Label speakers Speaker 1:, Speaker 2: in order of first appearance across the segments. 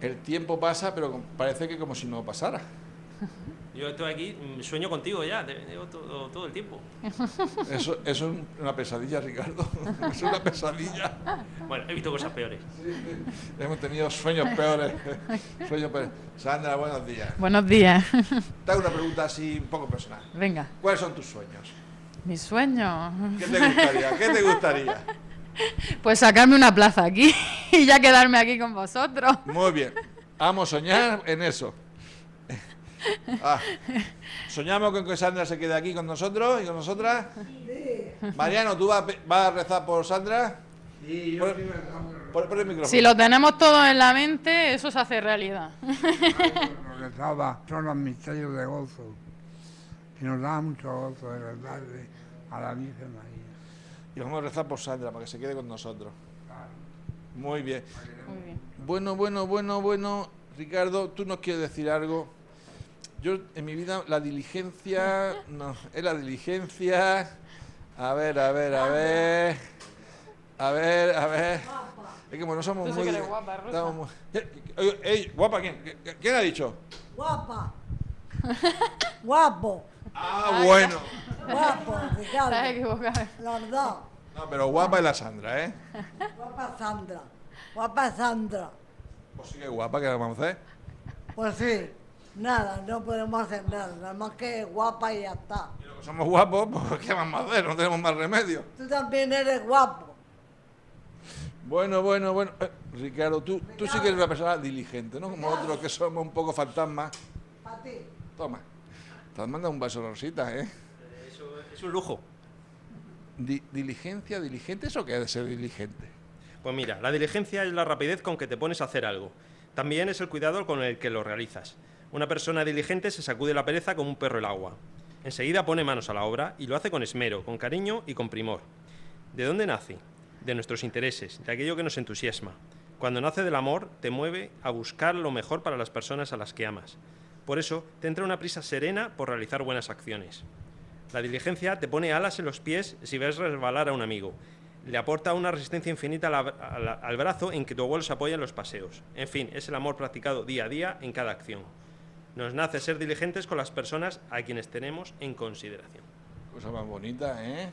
Speaker 1: El tiempo pasa, pero com- parece que como si no pasara.
Speaker 2: Yo estoy aquí, mm, sueño contigo ya, te llevo todo, todo el tiempo.
Speaker 1: Eso, eso es un- una pesadilla, Ricardo. Es una pesadilla.
Speaker 2: Bueno, he visto cosas peores.
Speaker 1: Hemos tenido sueños peores. Sueños peores. Sandra, buenos días.
Speaker 3: Buenos días.
Speaker 1: Te hago una pregunta así un poco personal.
Speaker 3: Venga,
Speaker 1: ¿Cuáles son tus sueños?
Speaker 3: mis sueños.
Speaker 1: ¿Qué te gustaría? ¿Qué te gustaría?
Speaker 3: Pues sacarme una plaza aquí y ya quedarme aquí con vosotros.
Speaker 1: Muy bien. Amo soñar en eso. Ah, Soñamos con que Sandra se quede aquí con nosotros y con nosotras. Mariano, ¿tú vas a, pe- vas a rezar por Sandra? Sí, yo por, por el micrófono.
Speaker 3: Si lo tenemos todo en la mente, eso se hace realidad.
Speaker 4: Lo que estaba son los misterios de gozo, que nos da mucho gozo de retarle a la Virgen María.
Speaker 1: Y vamos a rezar por Sandra para que se quede con nosotros. Muy bien.
Speaker 3: Muy bien.
Speaker 1: Bueno, bueno, bueno, bueno. Ricardo, tú nos quieres decir algo. Yo en mi vida, la diligencia. No, es la diligencia. A ver, a ver, a ver. A ver, a ver. Es que bueno, somos
Speaker 3: Tú sí
Speaker 1: muy.
Speaker 3: que eres guapa, Rosa.
Speaker 1: estamos muy- Ey, ey, ¿Guapa quién? ¿Qui- ¿Quién ha dicho?
Speaker 5: Guapa. Guapo.
Speaker 1: Ah, bueno.
Speaker 5: Guapo,
Speaker 3: Estás
Speaker 5: Ricardo.
Speaker 3: equivocado.
Speaker 5: Los dos.
Speaker 1: No, pero guapa es la Sandra, ¿eh?
Speaker 5: Guapa Sandra. Guapa Sandra.
Speaker 1: Pues sí que es guapa, que la vamos a hacer?
Speaker 5: Pues sí. Nada, no podemos hacer nada. Nada más que guapa y ya está.
Speaker 1: Y los que somos guapos, pues ¿qué vamos a hacer? No tenemos más remedio.
Speaker 5: Tú también eres guapo.
Speaker 1: Bueno, bueno, bueno. Eh, Ricardo, tú, tú sí que eres una persona diligente, ¿no? Como otros que somos un poco fantasmas.
Speaker 5: Para ti.
Speaker 1: Toma. Te has mandado un vaso de rosita, ¿eh?
Speaker 2: Eso es un lujo.
Speaker 1: Di- diligencia, diligente, ¿eso qué es de ser diligente?
Speaker 2: Pues mira, la diligencia es la rapidez con que te pones a hacer algo. También es el cuidado con el que lo realizas. Una persona diligente se sacude la pereza como un perro el agua. Enseguida pone manos a la obra y lo hace con esmero, con cariño y con primor. ¿De dónde nace? De nuestros intereses, de aquello que nos entusiasma. Cuando nace del amor, te mueve a buscar lo mejor para las personas a las que amas. Por eso, te entra una prisa serena por realizar buenas acciones. La diligencia te pone alas en los pies si ves resbalar a un amigo. Le aporta una resistencia infinita a la- a la- al brazo en que tu abuelo se apoya en los paseos. En fin, es el amor practicado día a día en cada acción. Nos nace ser diligentes con las personas a quienes tenemos en consideración.
Speaker 1: Cosa más bonita, ¿eh?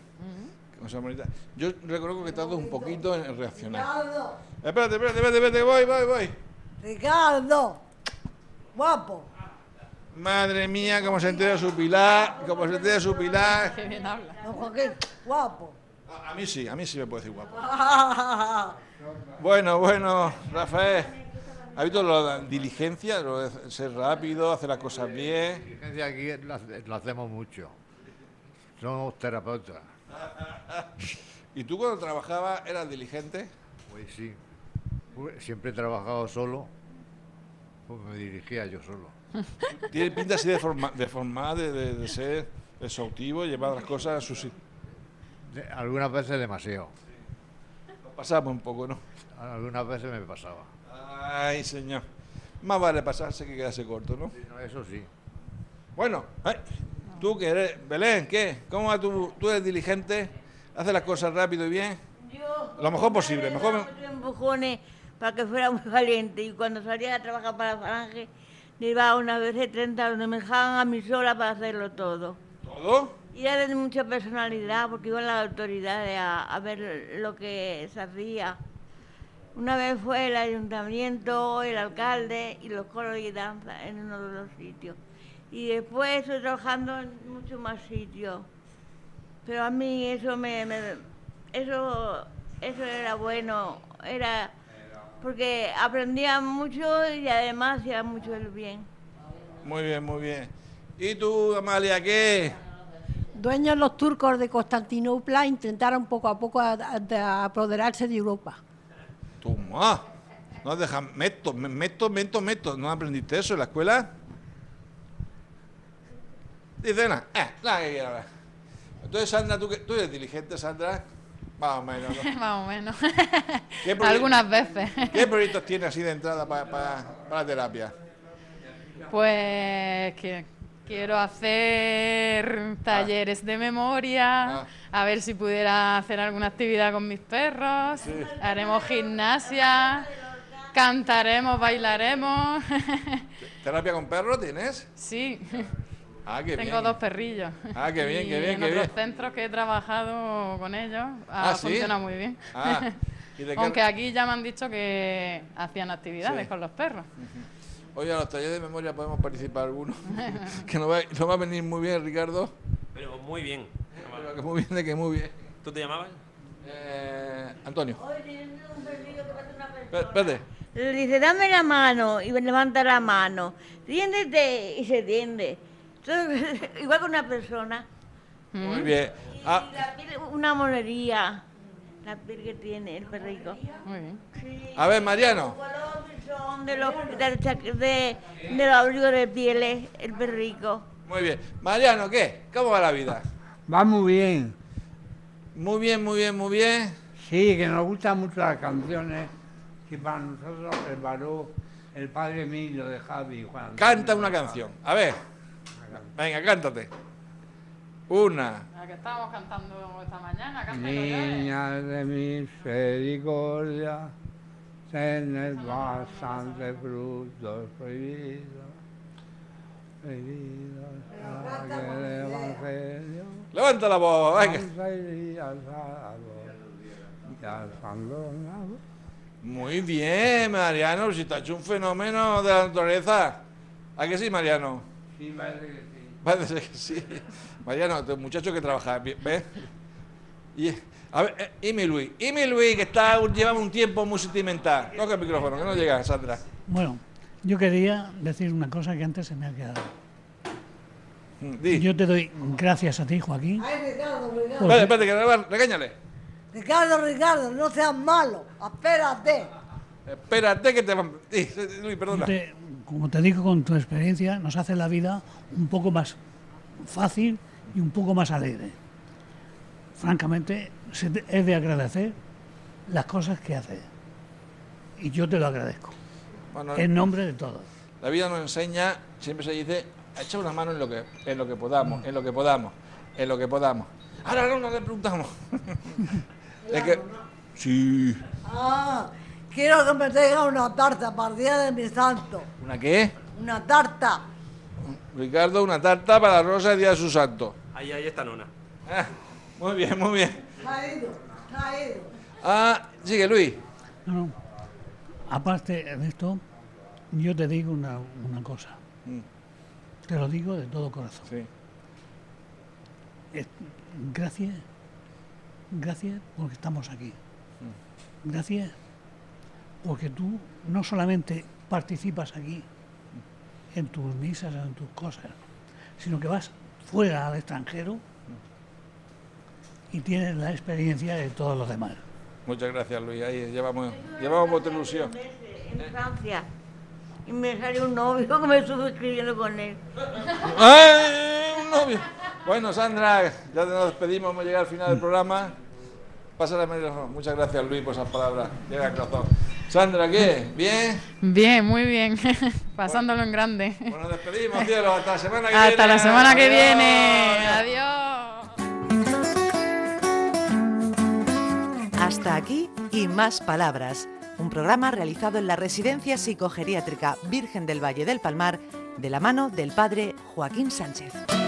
Speaker 1: Cosa bonita. Yo reconozco que tardo un poquito en reaccionar.
Speaker 5: Ricardo.
Speaker 1: Espérate, espérate, espérate, espérate, voy, voy, voy.
Speaker 5: Ricardo. Guapo.
Speaker 1: Madre mía, cómo se entera su pilar, cómo se entera su pilar.
Speaker 3: Qué bien habla.
Speaker 5: Don Joaquín. Guapo.
Speaker 1: A, a mí sí, a mí sí me puede decir guapo. Bueno, bueno, Rafael. ¿Has visto lo de la diligencia? Lo de ser rápido, hacer las cosas bien.
Speaker 6: Fíjense aquí lo, hace- lo hacemos mucho. Somos terapeutas.
Speaker 1: ¿Y tú cuando trabajabas eras diligente?
Speaker 6: Pues sí. Pues Siempre he trabajado solo. Pues me dirigía yo solo.
Speaker 1: Tiene pinta así de forma, de, forma de, de- de ser exhaustivo, llevar las cosas a su sitio.
Speaker 6: De- algunas veces demasiado.
Speaker 1: Lo Pasamos un poco, ¿no?
Speaker 6: Algunas veces me pasaba.
Speaker 1: Ay, señor. Más vale pasarse que quedarse corto, ¿no?
Speaker 6: No, Eso sí.
Speaker 1: Bueno, ay, tú que eres, Belén, ¿qué? ¿Cómo va tú? ¿Tú eres diligente? ¿Haces las cosas rápido y bien?
Speaker 7: Yo
Speaker 1: Lo mejor posible,
Speaker 7: le
Speaker 1: mejor
Speaker 7: daba
Speaker 1: me-
Speaker 7: tres empujones para que fuera muy valiente y cuando salía a trabajar para la falange le iba una vez de 30 donde me dejaban a mí sola para hacerlo todo.
Speaker 1: ¿Todo?
Speaker 7: Y era de mucha personalidad porque iban las autoridades a, a ver lo que se hacía. Una vez fue el ayuntamiento, el alcalde y los coros y danza en uno de los sitios. Y después estoy trabajando en muchos más sitios. Pero a mí eso me, me- eso eso era bueno, era porque aprendía mucho y además hacía mucho el bien.
Speaker 1: Muy bien, muy bien. ¿Y tú, Amalia, qué?
Speaker 8: Dueños los turcos de Constantinopla intentaron poco a poco a- a- de apoderarse de Europa.
Speaker 1: Toma. ah, No dejan, meto, me- meto, meto, meto. ¿No aprendiste eso en la escuela? Dice nada, eh, nada que quiera hablar. Entonces, Sandra, ¿tú, que- tú eres diligente, Sandra? Más o menos. ¿no?
Speaker 3: Más o menos.
Speaker 1: ¿Qué proye-
Speaker 3: Algunas veces.
Speaker 1: ¿Qué proyectos tiene así de entrada pa- pa- para terapia?
Speaker 3: Pues que quiero hacer talleres de memoria,
Speaker 1: Ah.
Speaker 3: a ver si pudiera hacer alguna actividad con mis perros, haremos gimnasia, cantaremos, bailaremos.
Speaker 1: ¿Terapia con perro tienes?
Speaker 3: sí,
Speaker 1: Ah, qué bien.
Speaker 3: tengo dos perrillos.
Speaker 1: Ah, qué bien,
Speaker 3: Y
Speaker 1: qué bien,
Speaker 3: en
Speaker 1: qué
Speaker 3: otros
Speaker 1: bien.
Speaker 3: centros que he trabajado con ellos ha
Speaker 1: Ah, ¿sí?
Speaker 3: funcionado muy bien.
Speaker 1: Ah, ¿y de qué-
Speaker 3: Aunque aquí ya me han dicho que hacían actividades
Speaker 1: Sí.
Speaker 3: con los perros.
Speaker 1: Oye, a los talleres de memoria podemos participar algunos. que nos va, nos va a venir muy bien, Ricardo.
Speaker 2: Pero muy bien.
Speaker 1: Pero que muy bien, de que muy bien.
Speaker 2: ¿Tú te llamabas?
Speaker 1: Eh, Antonio,
Speaker 7: Hoy teniendo un perdido que pasa una
Speaker 1: pe-
Speaker 7: persona.
Speaker 1: espérate.
Speaker 7: Le dice, dame la mano, y levanta la mano. Tiéndete, y se tiende. Entonces, igual que una persona.
Speaker 1: Muy bien.
Speaker 7: Y
Speaker 1: Ah,
Speaker 7: la piel, una monería. La piel que tiene el perrico.
Speaker 3: Muy bien.
Speaker 1: a ver, Mariano.
Speaker 7: Colores son de los del cha- de, de los abrigos de pieles, el perrico.
Speaker 1: Muy bien. Mariano, ¿qué? ¿Cómo va la vida?
Speaker 4: Va muy bien.
Speaker 1: Muy bien, muy bien, muy bien.
Speaker 4: Sí, que nos gustan mucho las canciones que para nosotros preparó el padre Emilio de Javi. Juan.
Speaker 1: Canta una canción. A ver. Venga, cántate. Una.
Speaker 3: La que estábamos cantando esta mañana, cántalo ya, eh.
Speaker 4: Niña de misericordia, tened bastante frutos prohibidos, prohibidos, para que el Evangelio
Speaker 1: Levanta la voz, venga.
Speaker 4: concedía al salvo y al abandonado.
Speaker 1: Muy bien, Mariano. Si te ha hecho un fenómeno de la naturaleza. ¿A que sí, Mariano?
Speaker 4: Sí, parece que sí.
Speaker 1: Parece que sí. Mariano, este muchacho que trabaja, bien, ¿ves? Y, a ver, eh, y mi Luis, y mi Luis, que está, llevaba un tiempo muy sentimental. Toca el micrófono, que no llega, Sandra.
Speaker 9: Bueno, yo quería decir una cosa que antes se me ha quedado.
Speaker 1: Mm, Di.
Speaker 9: Yo te doy gracias a ti, Joaquín.
Speaker 5: Ay, Ricardo, Ricardo.
Speaker 1: Espérate, espérate, que reba- regáñale.
Speaker 5: Ricardo, Ricardo, no seas malo. Espérate.
Speaker 1: Espérate que te van. Di, Luis,
Speaker 9: Yo
Speaker 1: perdona.
Speaker 9: te- como te digo, con tu experiencia nos hace la vida un poco más fácil y un poco más alegre. Francamente, se te- es de agradecer las cosas que haces. Y yo te lo agradezco,
Speaker 1: Bueno,
Speaker 9: en nombre de todos.
Speaker 1: la vida nos enseña, siempre se dice, echa una mano en lo que, en lo que podamos, en lo que podamos, en lo que podamos. Ahora no nos le preguntamos. es que. Sí.
Speaker 5: Ah, quiero que me traiga una tarta para el día de mi santo.
Speaker 1: ¿Una qué?
Speaker 5: Una tarta.
Speaker 1: Ricardo, una tarta para Rosa el día de su santo.
Speaker 2: Ahí, ahí está Nona.
Speaker 1: Ah, muy bien, muy bien.
Speaker 5: Traído, traído.
Speaker 1: Ah, sigue Luis.
Speaker 9: No, no. Aparte de esto, yo te digo una, una cosa.
Speaker 1: Mm.
Speaker 9: Te lo digo de todo corazón.
Speaker 1: Sí.
Speaker 9: Es- Gracias, gracias porque estamos aquí. Gracias porque tú no solamente participas aquí en tus misas, en tus cosas, sino que vas fuera al extranjero y tienes la experiencia de todos los demás.
Speaker 1: Muchas gracias, Luis. Ahí llevamos, llevamos mucha ilusión.
Speaker 7: En Francia. Y me salió un novio que me estuvo escribiendo con él.
Speaker 1: ¡Ay, ¡Eh! un novio! Bueno, Sandra, ya nos despedimos, hemos llegado al final del programa. Pásale el micrófono. Muchas gracias, Luis, por esas palabras. Llega al corazón. Sandra, ¿qué? ¿Bien?
Speaker 3: eh. Bien, muy bien. Pasándolo en grande.
Speaker 1: Bueno, Pues nos despedimos, cielo. Hasta la semana que viene.
Speaker 3: Hasta la semana
Speaker 1: Adiós.
Speaker 3: que viene. Adiós.
Speaker 10: Hasta aquí y más palabras, un programa realizado en la Residencia Psicogeriátrica Virgen del Valle del Palmar de la mano del padre Joaquín Sánchez.